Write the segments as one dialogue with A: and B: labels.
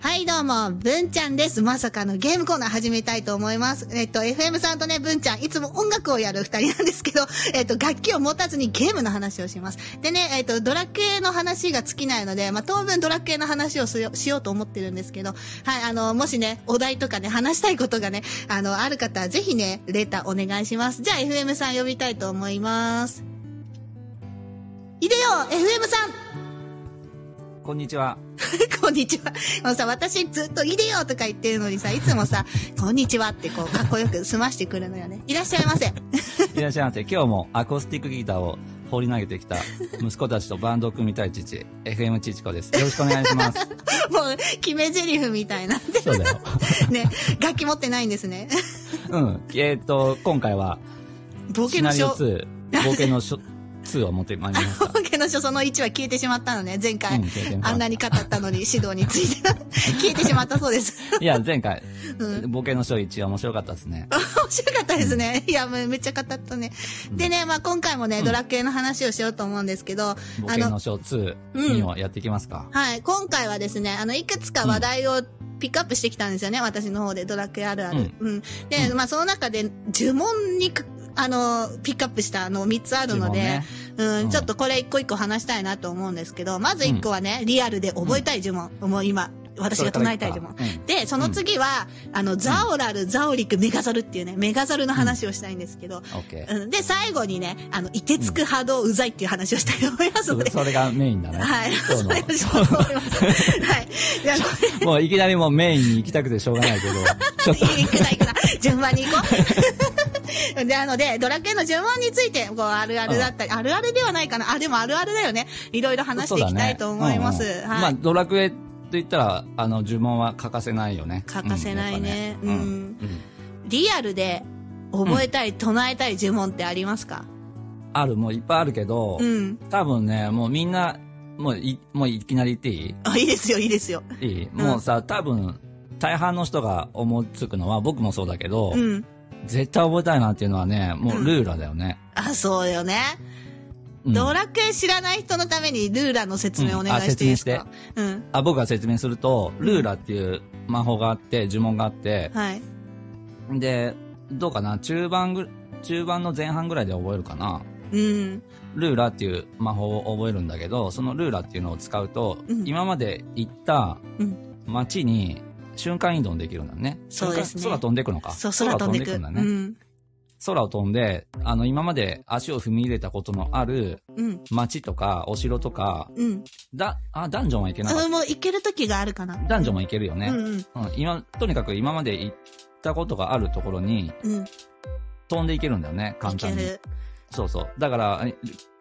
A: はい、どうも、文ちゃんです。まさかのゲームコーナー始めたいと思います。えっと、FM さんとね、文ちゃん、いつも音楽をやる二人なんですけど、 えっと、楽器を持たずにゲームの話をします。でね、えっと、ドラクエの話が尽きないので、まあ、当分ドラクエの話をしよしようと思ってるんですけど、はい、あの、もしね、お題とかね、話したいことがね、あの、ある方はぜひね、レターお願いします。じゃあ、FM さん呼びたいと思います。いでよ、FM さん
B: こんにちは。
A: こんにちは。あのさ、私ずっといでよとか言ってるのにさ、いつも さ、こんにちはってこう、かっこよく済ましてくるのよね。いらっしゃい ませ。
B: いらっしゃ いませ。今日もアコースティックギターを放り投げてきた息子たちとバンドを組みたい父、FM ちちこです。よろしくお願い します。
A: もう、決め台詞みたいな。
B: そうだよ。
A: ね、楽器持ってないんですね。
B: うん。えっ、と、今回は、
A: 冒
B: シ
A: 険
B: ナ
A: の
B: リオ
A: 書。
B: 2、冒険の書2を持ってまいりました。
A: 冒険の書その1は消えてしまったのね、 前
B: う
A: 回
B: ん。経験しました
A: あんなに語ったのに指導について 消えてしまったそうです。
B: いや、前回、
A: うん。
B: 冒険の書1は面白かったですね。
A: 面白かったですね。いや、もうめっちゃ語ったね。でね、まあ今回もね、
B: うん
A: ドラクエの話をしようと思うんですけど、
B: 冒険の書2にもやっていきますか。
A: はい、今回はですね、あの、いくつか話題をピックアップしてきたんですよね、私の方で、ドラクエあるある。うん。で、まあ、その中で、呪文にく、あの、ピックアップしたあの3つあるので、
B: ね。
A: うん、
B: うん
A: ちょっとこれ一個一個話したいなと思うんですけど、まず一個はね、リアルで覚えたい呪文。もう今、私が唱えたい呪文。
B: うん
A: で、その次は、あの、ザオラル、ザオリク、メガザルっていうね、メガザルの話をしたいんですけど、
B: オッ ケ
A: うん、で、最後にね、あの、いてつく波動うざいっていう話をしたいと思いますの
B: ー。
A: で、
B: それがメインだね。
A: はい。
B: 今日
A: そ
B: の
A: うよろしくお願いします。はい。じゃあ、こ
B: もういきなりもうメインに行きたくてしょうがないけど、ちょっと、
A: れ、いくな、いくな。順番に行こう。 で、あので、ドラクエの順番について、こう、あるあるだったり、あるあるではないかな。あ、でもあるあるだよね。いろいろ話していきたいと思いま
B: そうだ
A: す。
B: ねうんうんま
A: は
B: あ、
A: い。
B: ドラクエと言ったら、あの、呪文は欠かせないよね。
A: 欠かせないね
B: うんやっぱ
A: リアルで、覚えたい、唱えたい呪文ってありますか
B: うんある、もういっぱいあるけど
A: う、ん。
B: 多分ね、もうみんな、もうい、もういきなり言ってい
A: あ、いいですよ、いいですよ。
B: いいいもうさ、多分、大半の人が思いつくのは、僕もそうだけど
A: う、ん。
B: 絶対覚えたいなっていうのはね、もうルーラだよね。
A: あ、そうよね。
B: うん
A: ドラクエ知らない人のためにルーラの説明お願いしていいですかうん。
B: あ僕が説明すると、ルーラっていう魔法があって、呪文があって、
A: はい。
B: で、どうかな中盤ぐ、中盤の前半ぐらいで覚えるかな
A: うん。
B: ルーラっていう魔法を覚えるんだけど、そのルーラっていうのを使うと、
A: うん
B: 今まで行った
A: うん
B: 街に瞬間移動できるんだね。
A: そうですね
B: 瞬間空飛んでくのか。
A: そう、空飛んでく。
B: 空
A: う
B: だね。
A: ん。
B: 空を飛んで、あの、今まで足を踏み入れたことのある
A: うん。
B: 街とか、お城とか、
A: うん。
B: だ、あ、ダンジョンは行けなかっ
A: あもう行ける時があるかな。
B: た。ダンジョンも行けるよね。
A: うんうん。
B: うん、今、とにかく今まで行ったことがあるところに
A: うん。
B: 飛んでいけるんだよね、簡
A: 行け
B: 単に。
A: る。
B: そうそう。だから、リ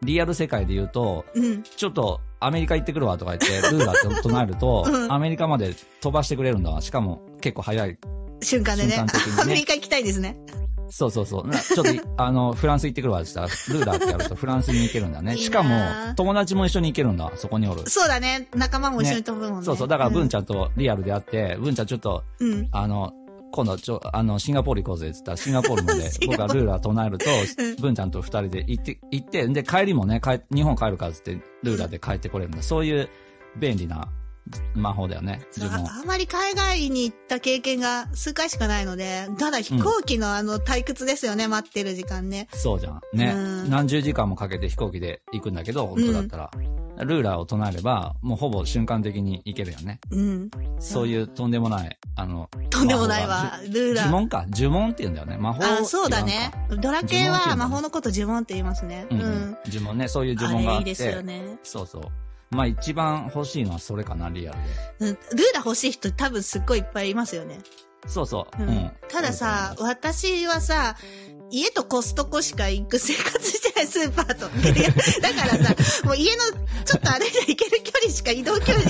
B: リアル世界で言うと、
A: うん。、
B: ちょっとアメリカ行ってくるわとか言って、ルーラーと唱えると
A: うん
B: アメリカまで飛ばしてくれるんだわ。しかも結構早い。
A: 瞬間でね。
B: 瞬間的にね
A: アメリカ行きたいですね。
B: そうそうそう。なちょっと、 あの、フランス行ってくるわって言ったら、ルーラーってやるとフランスに行けるんだね。
A: いいなあ
B: しかも、友達も一緒に行けるんだ。そこにおる。
A: そうだね。仲間も一緒に飛ぶもんね。
B: そうそう。だから、文ち
A: ゃ
B: ゃんとリアルで会って、文ちゃんちょっと、
A: ん。うん。
B: あの、今度ちょ、あの、シンガポール行こうぜって言ったら、シンガポール まで
A: シンガ
B: 僕
A: ポール
B: がルーラー唱えると
A: うん、
B: 文ちゃんと二人で行って、行って、で、帰りもね、帰日本帰るからって言って、ルーラーで帰ってこれるんだ。そういう便利な魔法だよね。
A: そう
B: 呪文。
A: ああまり海外に行った経験が数回しかないので、ただ飛行機のあの退屈ですよね、待ってる時間ね。
B: そうじゃん。ね
A: うん。
B: 何十時間もかけて飛行機で行くんだけど、本当だったら。ルーラーを唱えれば、もうほぼ瞬間的に行けるよね。
A: うん。
B: そういうとんでもない、あの、
A: とんでもないわ、ルーラ
B: 呪
A: ー。
B: 文か。呪文って言うんだよね。魔法。
A: あ、そうだね。ドラ系
B: 呪文ってい
A: は
B: うの
A: 魔法のこと呪文って言いますね。
B: う。
A: うんん。
B: 呪文ね。そういう呪
A: あ
B: 文があ
A: れい
B: っ
A: いですよ
B: て。
A: ね。
B: そうそう。まあ一番欲しいのはそれかな、リアルで。
A: うんルーラ欲しい人多分すっごいいっぱいいますよね。
B: そうそう。
A: う
B: うんん。
A: たださ、私はさ、家とコストコしか行く生活してないスーパーと。 いやだからさ、もう家のちょっと歩いて行ける距離しか移動距離、 だ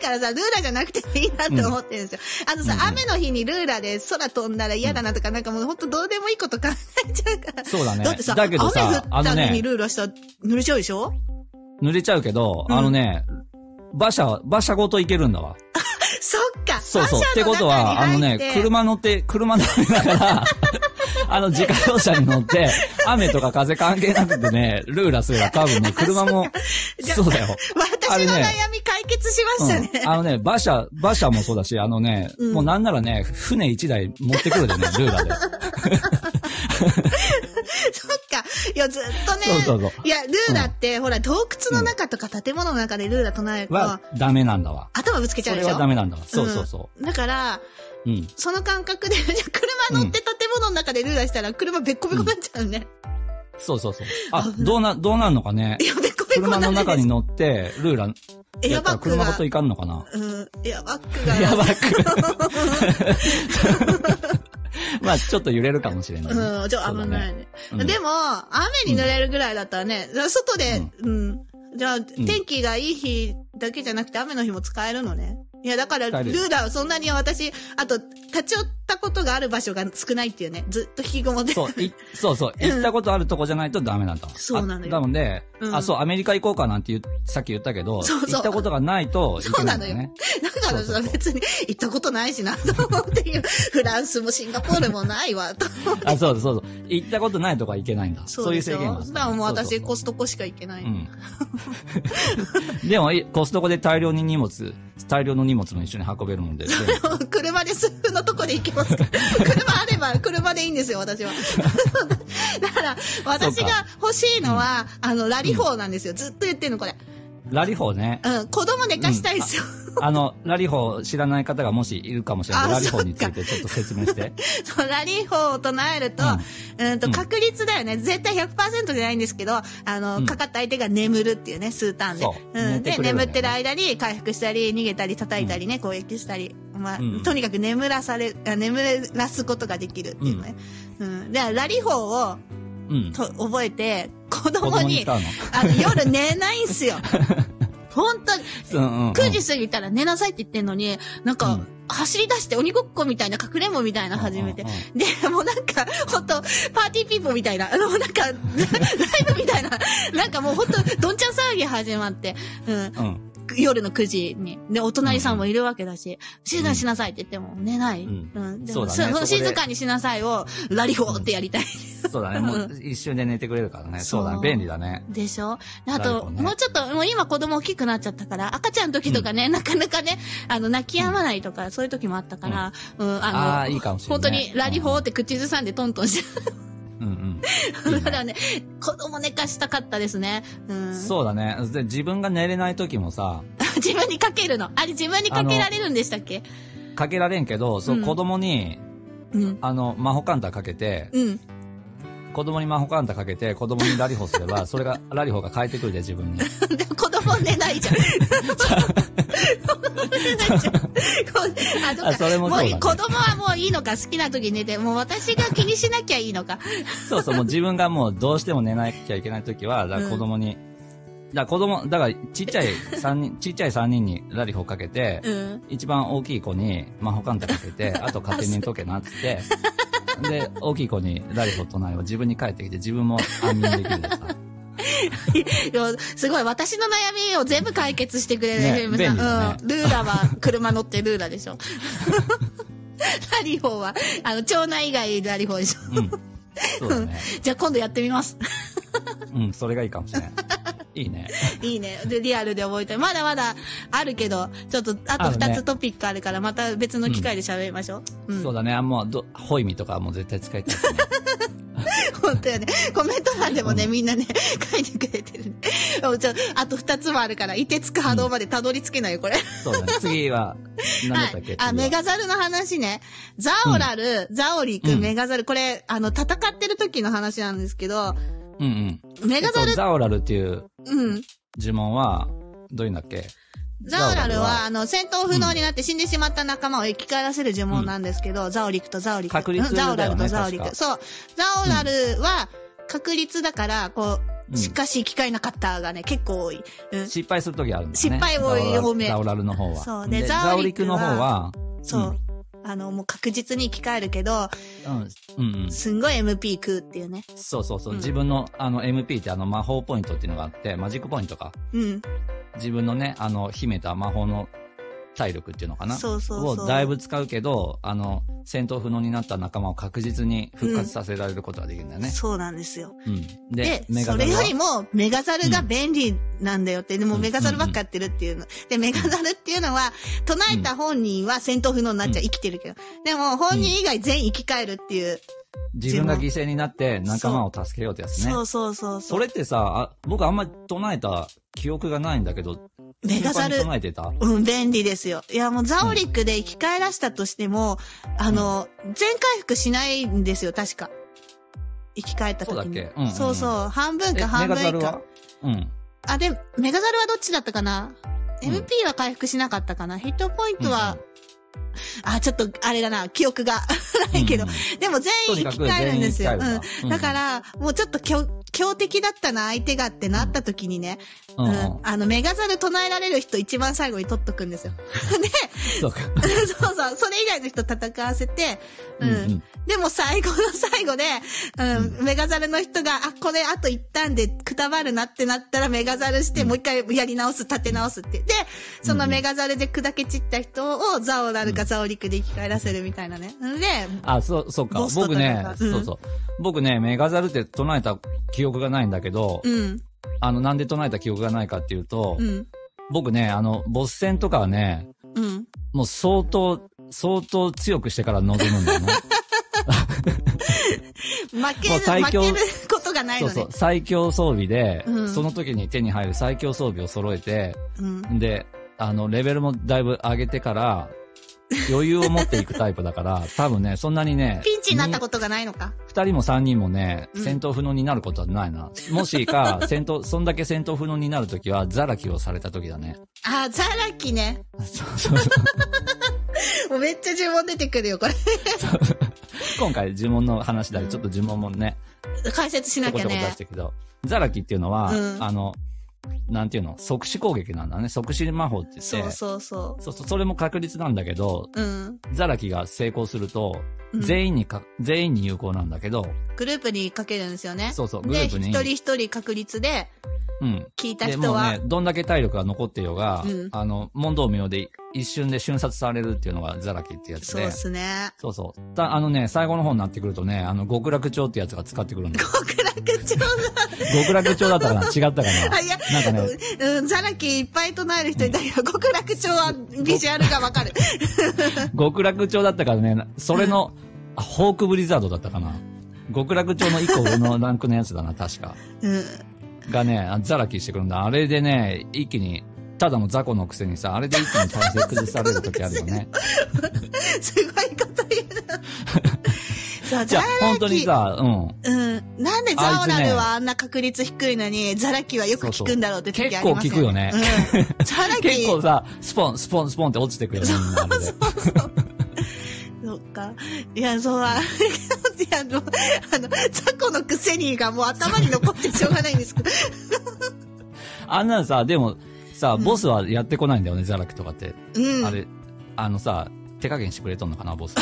A: からさ、ルーラじゃなくてもいいなって思ってるんですよ。あのさ、
B: うんうん
A: 雨の日にルーラで空飛んだら嫌だなとか、なんかもうほんとどうでもいいこと考えちゃうから。
B: そうだね。
A: だってさ、
B: だけ
A: 雨
B: ど
A: 降
B: さ
A: っ、
B: あ
A: た
B: の
A: の
B: ね
A: に、ルーラしたら濡れちゃうでしょ
B: 濡れちゃうけど、
A: うん
B: あのね、馬車、馬車ごと行けるんだわ。
A: そっか。
B: そうそう。っ
A: 馬
B: て
A: 車
B: ことは、あ
A: 中
B: の
A: に入
B: ね
A: って、
B: 車乗って、車乗りながら、 あの、自家用車に乗って、雨とか風関係なくてね、ルーラすれば多分ね、車も、
A: じゃ
B: そうだよ。
A: 私
B: あ
A: 私
B: れ
A: の
B: ね
A: 悩み解決しましたね。
B: うんあのね、馬車、馬車もそうだし、あのね、
A: うん
B: もうなんならね、船一台持ってくるでね、ルーラ ーで。
A: そっか。いや、ずっとね。
B: そうそうそう。
A: いや、ルーラって、ほら、洞窟の中とか建物の中でルーラ唱えると、
B: は、ダメなんだわ。
A: 頭ぶつけちゃ
B: そう
A: で
B: れ
A: し
B: は
A: ょ
B: ダメなんだわ。そうそうそ
A: だから、
B: う。うん。
A: その感覚で、じゃあ車乗って建物の中でルーラしたら、車べっこべこになっちゃうね。
B: そうそうそう。あ、
A: 危ない
B: どうな、どうなんのか ね
A: い。や、べっこべこにな
B: 車の
A: る
B: 中
A: んで
B: に
A: す。
B: 乗って、ルーラ
A: エ
B: や
A: ア
B: った
A: バッ
B: ら
A: グ
B: 車ご
A: が
B: と。いかんのかな。
A: うん、エアバッ グが。
B: やばく。 まあ、ちょっと揺れるかもしれない。
A: うん、ちょ、危ないね。
B: うん
A: でも、雨に濡れるぐらいだったらね、外で、うん。じゃあ、天気がいい日だけじゃなくて雨の日も使えるのね。いや、だから、ル
B: 使える
A: ーラーはそんなに私、あと、立ち寄ったことがある場所が少ないっていうね。ずっと引きこもって。
B: そう、い、そうそう、行ったことあるとこじゃないとダメなんだ。
A: そうなのよ
B: あなので、
A: うん
B: あ、そう、アメリカ行こうかなんて言う、さっき言ったけど、
A: そうそう
B: 行ったことがないといけないんだよね。
A: だからさ、
B: そうそうそう
A: 別に行ったことないしな、と思っていう。フランスもシンガポールもないわ、と思って。
B: あ、そうそうそう。行ったことないとこはいけないんだ。そういう
A: でし
B: 制
A: ょ
B: 限がある。
A: だからもう私、
B: そう
A: コストコしか行けない。
B: そうそううん。でも、いコストコで大量に荷物、大量の荷物も一緒に運べるもん で。で
A: 車で数分のとこで行き ますから車あれば車でいいんですよ、私は。だから、私が欲しいのは、あの、ラリホーなんですよ。ずっと言ってるの、これ。
B: ラリホーね。
A: うん、子供寝かしたいんですよ。
B: あの、ラリホー知らない方がもしいるかもしれない。
A: あ
B: ラリホーについてちょっと説明して。
A: そうラリホーを唱えると、うん、と
B: うん
A: 確率だよね。絶対100%じゃないんですけど、あの、
B: うん
A: かかった相手が眠るっていうね、数ターンで。。
B: そううん
A: で、
B: 寝てくれるんだよね
A: 眠ってる間に回復したり、逃げたり、叩いたりね、攻撃したり。まあ、
B: うん
A: とにかく眠らされ、あ眠らすことができるっていうね。うん。で、ラリホーを
B: うん。
A: と覚えて、子
B: 子
A: 供
B: 供に
A: に、
B: 使うの。
A: あの、夜寝ないんす よ。本当に、
B: うんうんうん
A: 9時過ぎたら寝なさいって言ってんのに、なんか、
B: うん
A: 走り出して鬼ごっこみたいな、隠れんぼみたいな始めて。
B: うんうんうん
A: で、もうなんか、ほんと、パーティーピーポーみたいな、あの、なんか、ライブみたいな、なんかもうほんと、どんちゃん騒ぎ始まって、うん、
B: うん。
A: 夜の9時に。で、お隣さんもいるわけだし、静か
B: う
A: に
B: ん
A: しなさいって言っても、寝ない。う
B: うん
A: ん。で
B: そ
A: も
B: うだね
A: そ
B: そこ
A: の
B: で
A: 静かにしなさいを、ラリホーってやりたい。
B: そうだね。もう一瞬で寝てくれるからね。そうだ
A: そう
B: ね。便利だね。
A: でしょであ
B: なる
A: と、
B: ほどね
A: もうちょっと、もう今子供大きくなっちゃったから、赤ちゃんの時とかね、なかなかね、あの、泣き止まないとか、そういう時もあったから、うん、あの、
B: あーいいかもしれない
A: 本当にラリホーって口ずさんでトントンして、
B: うんうんい
A: だ
B: い
A: から
B: ね。
A: ね、子供寝かしたかったですね。うん。
B: そうだね。で、自分が寝れない時もさ、
A: 自分にかけるの。あれ自分にかけられるんでしたっけ
B: かけられんけど、そうう、
A: ん
B: 子供に、
A: うん。
B: あの、魔法カンタかけて、
A: うん。
B: 子供に魔法カンタかけて、子供にラリホす れば、それが、ラリホが変えてくるで、自分に。
A: でも子供寝ない じゃん。子供寝ないじゃん。あ、そっか
B: あそれもそうだね
A: ういい子供はもういいのか、好きな時に寝て、もう私が気にしなきゃいいのか。
B: そうそう、もう自分がもうどうしても寝なきゃいけない時は、だから子供に、だから子供、だからちっちゃい三 人、ちっちゃい三人にラリホかけて、
A: うん。
B: 一番大きい子に魔法カンタかけて、あと勝手に解けなっ つって、で、大きい子にラリフを唱えを自分に帰ってきて、自分も安眠できるでさ。
A: いやすごい、私の悩みを全部解決してくれる、FM さ
B: ね
A: ん。
B: 便利だね
A: うん。ルーラは、車乗ってルーラでしょ。ラリホーは、あの、町内以外ラリホーでしょ。
B: うん。そうだ ね。
A: じゃあ今度やってみます。
B: うん、それがいいかもしれない。いいね。
A: いいね。で、リアルで覚えて。まだまだあるけど、ちょっと、あと
B: あるね
A: 2つトピックあるから、また別の機会で喋りましょう。うん。
B: そうだね。あもう、ど、ホイミとかはもう絶対使いたい、ね。
A: 本当よね。コメント欄でもね、
B: う
A: みんなね、書いてくれてる。でもちょあと2つもあるから、いてつく波動までたどり着けないよ、これ。
B: そうだね。次は、何だったっけ、
A: あ、メガザルの話ね。ザオラル、ザオリく、
B: うんん
A: メガザル。これ、あの、戦ってる時の話なんですけど、
B: うんうん。
A: メガザ
B: えっと
A: ル、
B: ザオラルっていう
A: うん。
B: 呪文は、どういうんだっけ
A: ザオラル
B: ザオラル
A: は、
B: は
A: あの、戦闘不能になって死んでしまった仲間を生き返らせる呪文なんですけど、ザオリクとザオリク。
B: 確率
A: うんザオラルとザオリ
B: だ
A: ク。
B: よね
A: そう。ザオラルは、確率だから、こ
B: う
A: う、
B: ん
A: しかし生き返らなかったがね、結構多い。うん。
B: 失敗するときあるんだよね。
A: 失敗多い多め
B: ザオラルの方は。
A: そうで
B: で
A: ザ
B: ザ
A: オ
B: オ
A: リ
B: リ
A: ク
B: ク
A: は
B: の方は、
A: そう。あの、もう確実に生き返るけど、
B: うん。うん、うん。
A: すんごい MP 食うっていうね。
B: そうそうそう。
A: うん
B: 自分の、あの、MP ってあの、魔法ポイントっていうのがあって、マジックポイントか。
A: うん。
B: 自分のね、あの、秘めた魔法の体力っていうのかな
A: そうそうそう。
B: をだいぶ使うけど、あの、戦闘不能になった仲間を確実に復活させられることができるんだよね。
A: そうなんですよ。
B: うん。
A: で
B: で、、メガ
A: そ
B: ド
A: れ
B: ラ
A: よ
B: は
A: りも、メガザルが便利なんだよって、でもメガザルばっかやってるっていうの。で、メガザルっていうのは、唱えた本人は戦闘不能になっちゃう、
B: うん
A: 生きてるけど。でも、本人以外全員生き返るっていう。
B: 自分が犠牲になって仲間を助けようってやつね。
A: そうそうそうそ。
B: そうれってさ、あ僕あんまり唱えた記憶がないんだけど、
A: メガザル
B: 頻繁に唱えてた
A: うん、便利ですよ。いや、もうザオリックで生き返らしたとしても、あの、全回復しないんですよ、確か。生き返った時に。
B: そうだっけうんうんうん
A: そうそう。半分
B: え
A: か半
B: メ
A: 分か。
B: ガザルはうん。
A: あ、で、メガザルはどっちだったかな、
B: うん
A: ?MP は回復しなかったかなヒットポイントは、あ、ちょっと、あれだな、記憶が ないけど。
B: うん
A: でも全
B: と
A: 員
B: に
A: 生
B: か
A: き
B: く
A: 返るんですよ。
B: 全員生き返るんだ
A: うん。だから、もうちょっと強、強敵だったな、相手がってなった時にね、
B: うん
A: う、
B: うんん。
A: あの、メガザル唱えられる人一番最後に取っとくんですよ。
B: そうか。
A: で、そうそう、それ以外の人戦わせて、うん。
B: うん
A: でも最後の最後で、うん、
B: う
A: メガザルの人が、あ、これあと一旦でくたばるなってなったらメガザルして、
B: うん
A: もう一回やり直す、立て直すって。で、そのメガザルで砕け散った人をザオラルかザオリクで生き返らせるみたいなね。で、
B: あ、そう、そうか
A: ボ。スと
B: 僕ね
A: 戦う、
B: そうそう。僕ね、メガザルって唱えた記憶がないんだけど、
A: うん、
B: あの、なんで唱えた記憶がないかっていうと、
A: うん、
B: 僕ね、あの、ボス戦とかはね、
A: うん。
B: もう相当、相当強くしてから臨むんだよね。
A: 負け
B: も
A: る、
B: う最
A: 負け
B: 強
A: ることがない
B: そ
A: の
B: う
A: ね。
B: そう。最強装備で、
A: うん
B: その時に手に入る最強装備を揃えて、
A: うん。
B: で、あの、レベルもだいぶ上げてから、余裕を持っていくタイプだから、 多分ね、そんなにね、
A: ピンチになったことがないのか。
B: 二人も三人もね、
A: うん
B: 戦闘不能になることはないな。もしか、戦 闘、そんだけ戦闘不能になるときは、ザラキをされたときだね。
A: あ、ザラキね。
B: そうそうそう。
A: もうめっちゃ呪文出てくるよ、これ。
B: 今回呪文の話だけど、ちょっと呪文もね、
A: 解説し
B: ちょ
A: な
B: こ
A: き
B: ち
A: ゃ
B: ょこ出
A: ね
B: し。たけど、ザラキっていうのは、
A: うん
B: あの、なんていうの、即死攻撃なんだね。即死魔法って言って、
A: そうそうそ
B: そうそうそれも確率なんだけど、
A: う。うん。
B: ザラキが成功すると、
A: うん
B: 全員にか、全員に有効なんだけど、
A: グループにかけるんですよね。
B: そうそう、グル
A: で、
B: ープ
A: 一
B: に、
A: 人一人確率で
B: うん。
A: 聞いた
B: で
A: 人
B: もう
A: は、
B: ね、どんだけ体力が残ってようが、
A: うん
B: あの、問答無用で一瞬で瞬殺されるっていうのがザラキってやつ
A: そう
B: で
A: で。すね。
B: そうそう。た、あのね、最後の方になってくるとね、あの、極楽鳥ってやつが使ってくるんだよ。
A: 極楽 ちょ
B: 極楽鳥 だったかな違ったか
A: あ、いや、
B: ななんかね、
A: うん、ザラキいっぱい唱える人いたけど、極楽町はビジュアルがわ かる。
B: 極楽鳥だったからね、それの、あ、ホークブリザードだったかな極楽鳥の一個上のランクのやつだな、確か。
A: うん。
B: がね、あザラキしてくるんだ。あれでね、一気に、ただの雑魚のくせにさ、あれで一気に体勢崩される時あるよね。
A: すごいこと 言うな。そう、
B: じ
A: ザ
B: ゃあ、本当
A: ラ
B: に
A: キ。
B: さ、うん。
A: うん。なんでザオラルはあんな確率低いのに、ザラキはよく聞くんだろうって時あります
B: 結構聞くよね
A: うん。ザラキ。
B: 結構さ、スポン、スポン、スポンって落ちてくるよね。みんなあれで
A: そっか。いや、そう、あいや、あの、あの、雑魚のくせにがもう頭に残ってしょうがないんですけど。
B: あんなのさ、でもさ、
A: うん
B: ボスはやってこないんだよね、ザラクとかって。
A: うん。
B: あれ、あのさ、手加減してくれとんのかな、ボス。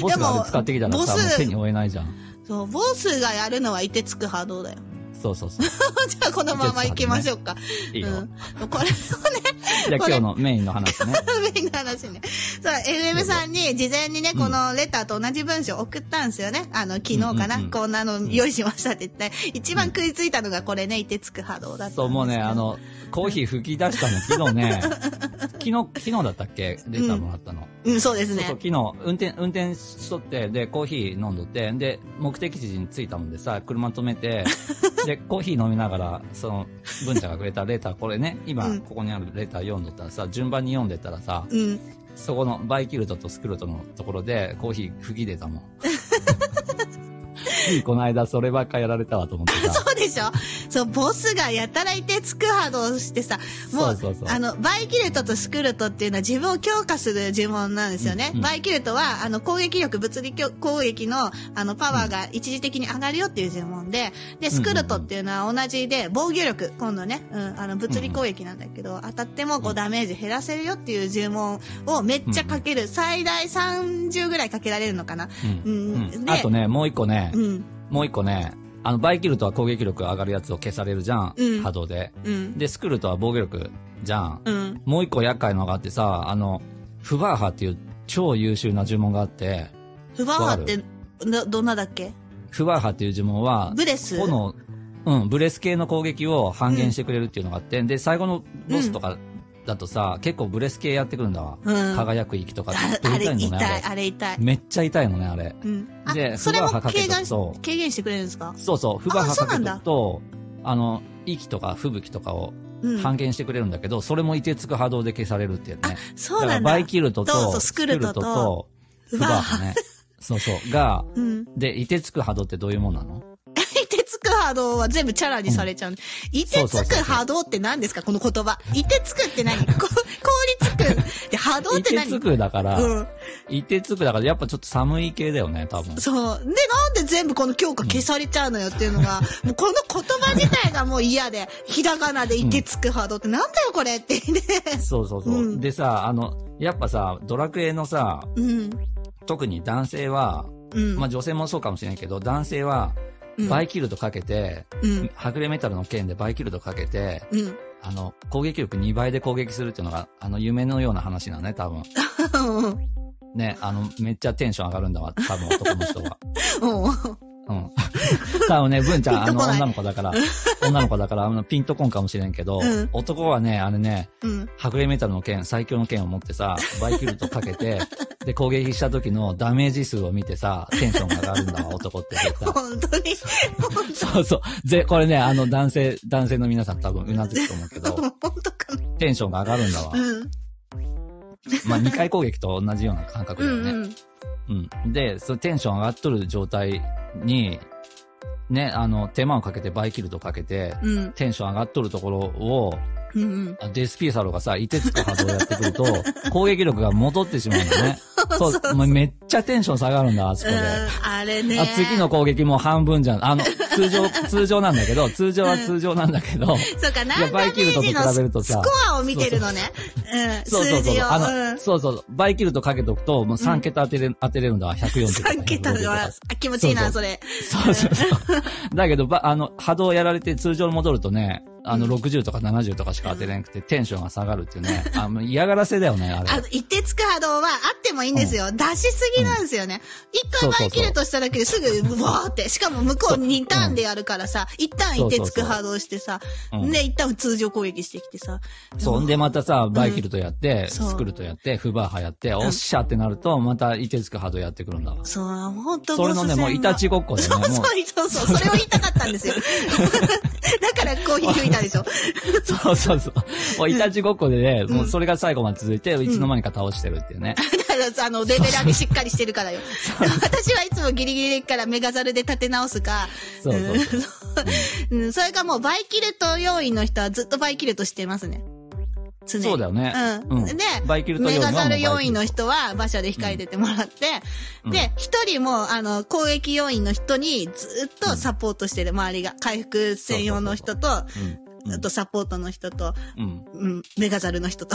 B: ボスがあれ使ってきたらさ、
A: ボス
B: もう手に負えないじゃん。
A: そう、ボスがやるのはいてつく波動だよ。
B: そうそうそう。
A: じゃあ、このまま行きましょうか。
B: いいよ。
A: うん。これ、
B: じゃあ
A: こ
B: 今
A: れ
B: 日のメインの話ね。
A: メインの話ね。 そう、FM さんに事前にね、
B: うん
A: このレターと同じ文章送ったんですよね。あの、昨日かな。
B: うんうんうん
A: こんなの用意しましたって言って、一番食いついたのがこれね、いてつく波動だったんですけど。
B: そう、もうね、あの、コーヒー吹き出したの、昨日 ね、昨日、昨日だったっけレターもらったの。
A: うん、そうです
B: そうそう
A: ね。
B: 昨日、運転、運転しとって、で、コーヒー飲んどって、で、目的地に着いたもんでさ、車止め て、で、コーヒー飲みながら、その、文ちゃんがくれたレター、これね、今
A: うん、
B: ここにあるレター読んどったらさ、順番に読んでったらさ、
A: うん。
B: そこのバイキルトとスクルトのところで、コーヒー吹き出た もん。ついこの間、そればっかやられたわと思って さ。
A: そうでしょそう、ボスがやたらいてつく波動してさ、もう、
B: そうそうそう
A: あの、バイキルトとスクルトっていうのは自分を強化する呪文なんですよね。
B: うんうん
A: バイキルトは、あの、攻撃力、物理攻撃の、あの、パワーが一時的に上がるよっていう呪文で、で、スクルトっていうのは同じで、防御力、今度ね、うん、あの、物理攻撃なんだけど、当たってもこ
B: う
A: うんダメージ減らせるよっていう呪文をめっちゃかける。最大30ぐらいかけられるのかな。
B: うん
A: うん
B: うん
A: で
B: あとね、もう一個ね、
A: うん、
B: もう一個ね、あの、バイキルトは攻撃力上がるやつを消されるじゃん。
A: うん
B: 波動で。
A: うん、
B: で、スクルトは防御力じゃん。
A: うん、
B: もう一個厄介のがあってさ、あの、フバーハっていう超優秀な呪文があって、
A: フバーハって、などんなだっけ
B: フバーハっていう呪文は、
A: ブレス。
B: 炎、うん、ブレス系の攻撃を半減してくれるっていうのがあって、で、最後のボスとかだとさ、結構ブレス系やってくるんだわ。
A: うん。あ
B: 輝く息とか。
A: あれ
B: どうい
A: 痛
B: うの
A: い、
B: ね、
A: あれ痛
B: あ
A: い
B: れ。めっちゃ痛いのね、あれ。
A: うん。
B: で
A: あ、それも
B: フバーハか
A: 軽
B: けと
A: 減し、
B: そう
A: 軽減してくれるんですか
B: そうそう、フバーハ
A: そうな
B: かけ
A: ん
B: と
A: だ
B: くと、あの、息とか吹雪とかを
A: うん。
B: 半減してくれるんだけど、それも凍てつく波動で消されるっていうね。
A: そう
B: か
A: な
B: ら
A: んだ。
B: バイキルト
A: そう
B: と、
A: そうスクルトと
B: スク
A: フ
B: ルトとフ
A: バ
B: バ
A: ー
B: ー
A: ハ
B: ハね。そうそう。が、
A: うん。
B: で、凍てつく波動ってどういうもんなの
A: 凍てつく波動は全部チャラにされちゃう。凍てつく波動って何ですかこの言葉。凍てつくって 何こ氷つく。で、波動って
B: 凍て
A: 何
B: つくだから、
A: うん。
B: 凍てつくだから、やっぱちょっと寒い系だよね、多分。
A: そう。で、なんで全部この強化消されちゃうのよっていうのが、 もうこの言葉自体がもう嫌で、ひらがなで凍てつく波動ってなんだよこれって ね。
B: そうそうそう。
A: うん
B: でさ、あの、やっぱさ、ドラクエのさ、
A: うん。
B: 特に男性は、
A: うん。
B: まあ女性もそうかもしれないけど、男性は、
A: うん
B: バイキルトかけて、
A: うん。
B: はぐれメタルの剣でバイキルトかけて、
A: うん。 うん
B: あの、攻撃力2倍で攻撃するっていうのが、あの、夢のような話なのね、多分。
A: うん。
B: ね、あの、めっちゃテンション上がるんだわ、多分男の人は。
A: うん
B: うん。 多分ね、文ちゃん、あ
A: ピンと
B: の、
A: こない
B: 女の子だから、女の子だから、あの、ピンとこんかもしれんけど、
A: うん
B: 男はね、あれね、
A: うん。
B: はぐれメタルの剣、最強の剣を持ってさ、バイキルトかけ て、で、攻撃した時のダメージ数を見てさ、テンションが上がるんだわ、男っ て絶対。
A: 本当に。
B: そうそう。ぜ、これね、あの、男性、男性の皆さん多分うなずくと思う けど、
A: 本当かな。
B: テンションが上がるんだわ
A: う。ん。
B: まあ、2回攻撃と同じような感覚
A: う
B: だよね。
A: んうん。
B: うん。で、そのテンション上がっとる状態に、ね、あの、手間をかけて、バイキルトかけて、
A: うん。
B: テンション上がっとるところを、
A: うんうん。
B: あデスピーサロがさ、いてつく波動やってくると、 攻撃力が戻ってしまうのね。そう、もうめっちゃテンション下がるんだ、あそこで。
A: うんあれね。
B: あ次の攻撃も半分じゃん。あの、通 常、通常なんだけど、通常は通常なんだけ ど、
A: そうか、
B: い
A: 何
B: や
A: ダメ
B: バイキル
A: ー
B: トと
A: ジ
B: 比
A: の
B: べ
A: ス
B: ると
A: ス
B: さ
A: コアを見てるのね。うん、
B: そうそ
A: 数
B: うそう
A: 字
B: そう。
A: を。
B: あ
A: う
B: の、
A: ん
B: そうそう。バイキルトかけとくと、もう3桁当てれ、当てれるんだわ。140とか。
A: 3桁
B: 150と
A: は
B: か。、
A: あ気持ちいいな、そ
B: そ
A: れ。
B: そうそうそう。だけど、ば、あの、波動やられて通常に戻るとね、あの、
A: うん
B: 60とか70とかしか当てれなくて、テンションが下がるっていう ね。あの、嫌がらせだよね、あれ。
A: あの、一定つく波動はあってもいいんですよ。出しすぎなんですよね。一回
B: そうそうそう
A: 前切るとしただけですぐ、わーって。しかも向こう2ターンでやるからさ、一旦一定つく波動してさ、
B: うん
A: で、一旦通常攻撃してきてさ。
B: そう。んで、またさ、バイキルトやって、
A: そう
B: スクルトやって、フバーハやって、おっしゃってなると、また、いてつく波動やってくるんだわ。
A: そう、ほんと
B: それのね、もう、いたち
A: ご
B: ごっこでね、
A: そう
B: もう、
A: そうそう、そうそれを言いたかったんですよ。 だからコーヒー吹いたでしょ。
B: そうそうそう。 もう、いたちごっこでね、もう、それが最後まで続いて、いつの間にか倒してるっていうね。
A: だから、あの、レベル上げしっかりしてる からよ。私はいつもギリギリからメガザルで立て直すか、
B: そうそうそ う。
A: うんうんそれがもうバイキルト要員の人はずっとバイキルトしてますね。常に
B: そうだよね。
A: うん。で、
B: バイキルト
A: メ
B: 用の
A: ガ
B: はもう
A: ザ
B: バ
A: ル
B: イキルト
A: 要員の人は馬車で控えててもらって、
B: うん
A: で、一人も、あの、攻撃要員の人にずっとサポートしてる、周りが。回復専用の人と、あ
B: うん。
A: とサポートの人と、
B: うん。
A: うん、メガザルの人と、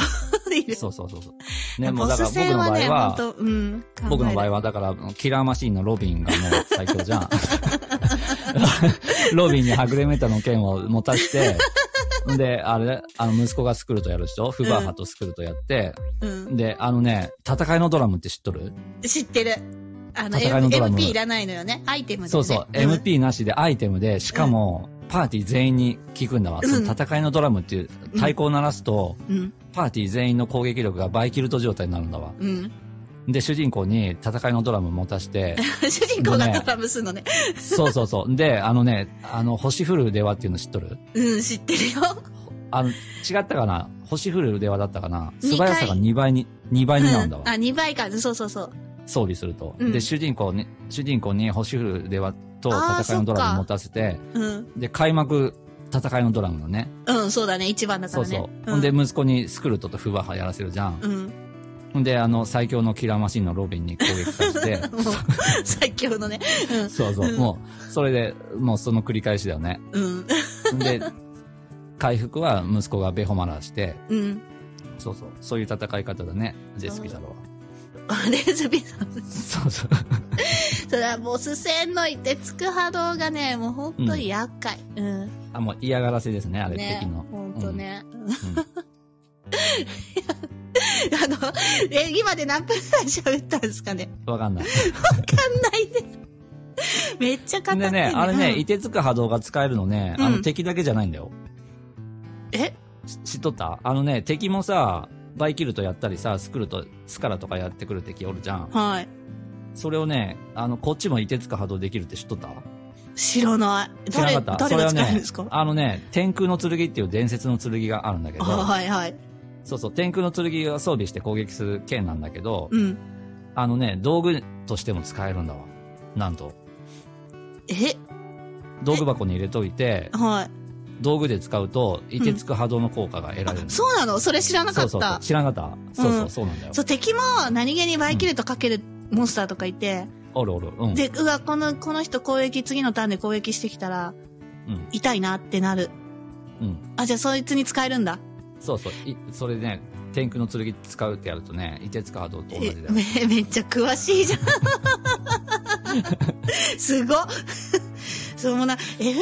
A: いる。
B: そうそうそうそう。ね、も
A: ボ
B: うだか
A: ス
B: ら僕
A: 戦
B: の場合
A: ね、
B: は、
A: 本当うん。
B: 僕の場合
A: は。
B: はだから、キラーマシーンのロビンがもう最強じゃん。 ロビンにはぐれメタの剣を持たして、で、あれ、あの、息子がスクルトやる人、フバーハとスクルトやって、
A: うん。
B: で、あのね、戦いのドラムって知っとる、
A: 知ってる。あの、
B: 戦いのドラム
A: MP いらないのよね。アイテムで、ね。
B: そうそう、
A: ん
B: MP なしでアイテムで、しかも、パーティー全員に効くんだわ。
A: うん
B: その戦いのドラムっていう太鼓を鳴らすと、
A: うん。
B: パーティー全員の攻撃力がバイキルト状態になるんだわ。
A: うん。
B: で、主人公に戦いのドラム持たして、
A: 主人公がドラムするのね。
B: そうそうそう。で、あのね、あの、星降るではっていうの知っとる
A: うん、知ってるよ。
B: あの、違ったかな星降るではだったかな
A: 二
B: 素
A: 回
B: 早さが2倍に、2倍になるんだわ
A: うん。あ、2倍か。そうそうそう。
B: 装備すると。
A: うん
B: で、主人公に、主人公に星降るではと
A: あー
B: 戦いのドラム持たせて、
A: うん。
B: で、開幕、戦いのドラムのね。
A: うん、そうだね。一番だか
B: そう
A: らね。
B: そう。ほんで、、息子にスクルトとフバハやらせるじゃん。
A: うん。、
B: ほんで、あの、最強のキラーマシンのロビンに攻撃させて
A: もう、最強のね。
B: そうそうう。
A: ん
B: もう、それで、もうその繰り返しだよね。
A: うん。
B: で、回復は息子がベホマラーして、
A: うん。
B: そうそう。そういう戦い方だね、ジェスピザロは。
A: レズビさん。
B: そうそう。
A: それはボス戦のいてつく波動がね、もうほんとに厄介。うん。
B: あ、もう嫌がらせですね、あれ、
A: ね
B: 敵の。
A: ほんとね。
B: うん。
A: あの、え、今で何分ぐらい喋ったんですかね。
B: わ かんない。
A: わかんないです。めっちゃ語って
B: で
A: ん
B: ね、あれね、
A: うん
B: 凍てつく波動が使えるのね、あ
A: うん
B: の敵だけじゃないんだよ。
A: え
B: し知っとったあのね、敵もさ、バイキルトやったりさ、スクルト、スカラとかやってくる敵おるじゃん。
A: はい。
B: それをね、あの、こっちも凍てつく波動できるって知っとった
A: 知らない。
B: 知らな
A: 誰、
B: かった。
A: 誰
B: それ
A: が
B: は
A: 使えるん
B: ね
A: ですか、
B: あのね、天空の剣っていう伝説の剣があるんだけど、
A: あはいはい。
B: そうそう、天空の剣が装備して攻撃する剣なんだけど、
A: うん。
B: あのね、道具としても使えるんだわ。なんと。
A: え
B: 道具箱に入れといて、
A: はい。
B: 道具で使うと、凍てつく波動の効果が得ら
A: あ
B: れるんだ、
A: そうなのそれ知らなかった。
B: そ
A: そう
B: そうそう。知らなかった。そうそう、そうなんだよ。
A: 敵も何気にバイキルトかけるモンスターとかいて、
B: おるおる。うん。
A: で、うわ、この、この人攻撃、次のターンで攻撃してきたら、
B: うん。
A: 痛いなってなる。
B: うん。
A: あ、じゃあそいつに使えるんだ。
B: そうそう。いそれでね、天空の剣使うってやるとね、凍てつく波動と同
A: え
B: じだよ。
A: め、 めっちゃ詳しい じゃん。すごっ。そうもうな、FM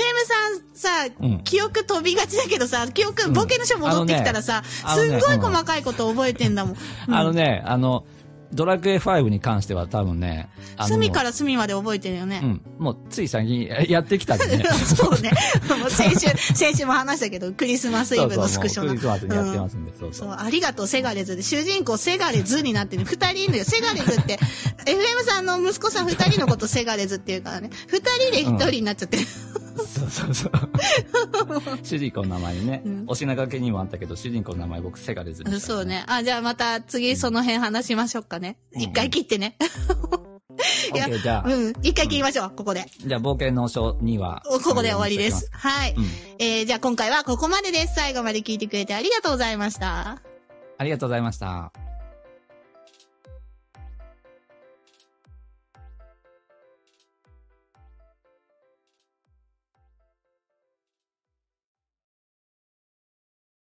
A: さんさ、
B: うん。
A: 記憶飛びがちだけどさ、記憶、
B: うん
A: ボケの書戻ってきたらさ、
B: あ
A: す
B: の
A: ん
B: ね
A: ごい
B: うん
A: 細かいこと覚えてんだもん。
B: あのね、あの、ドラクエ5に関しては多分ね、あの、
A: 隅から隅まで覚えてるよね。
B: うん。もう、つい先にえやってきたん でね。
A: そうね。もう先週、先週も話したけど、クリスマスイ
B: そう
A: ブのスクシ
B: そ
A: ョ
B: う、もうク
A: な
B: リ。スマスにやってますんで、そうそ。
A: そうう、ありがとう、セガレズで、主人公セガレズになってる。二人いるのよ。セガレズって、FM さんの息子さん二人のことセガレズっていうからね。二人で一人になっちゃってる。
B: そうそ うそう。主人公の名前ね
A: うん、
B: お品書きにもあったけど、主人公の名前僕、セガレズにした、
A: そう。ね。あ、じゃあまた次その辺話しましょうかね。
B: うん
A: 一回切って ね。
B: オッケー、じゃあ、
A: うん。一回切りましょう、ここで。
B: じゃあ、冒険の書には。
A: おここで終わりです。。はい。
B: うん。
A: えー、じゃあ今回はここまでです。最後まで聞いてくれてありがとうございました。
B: ありがとうございました。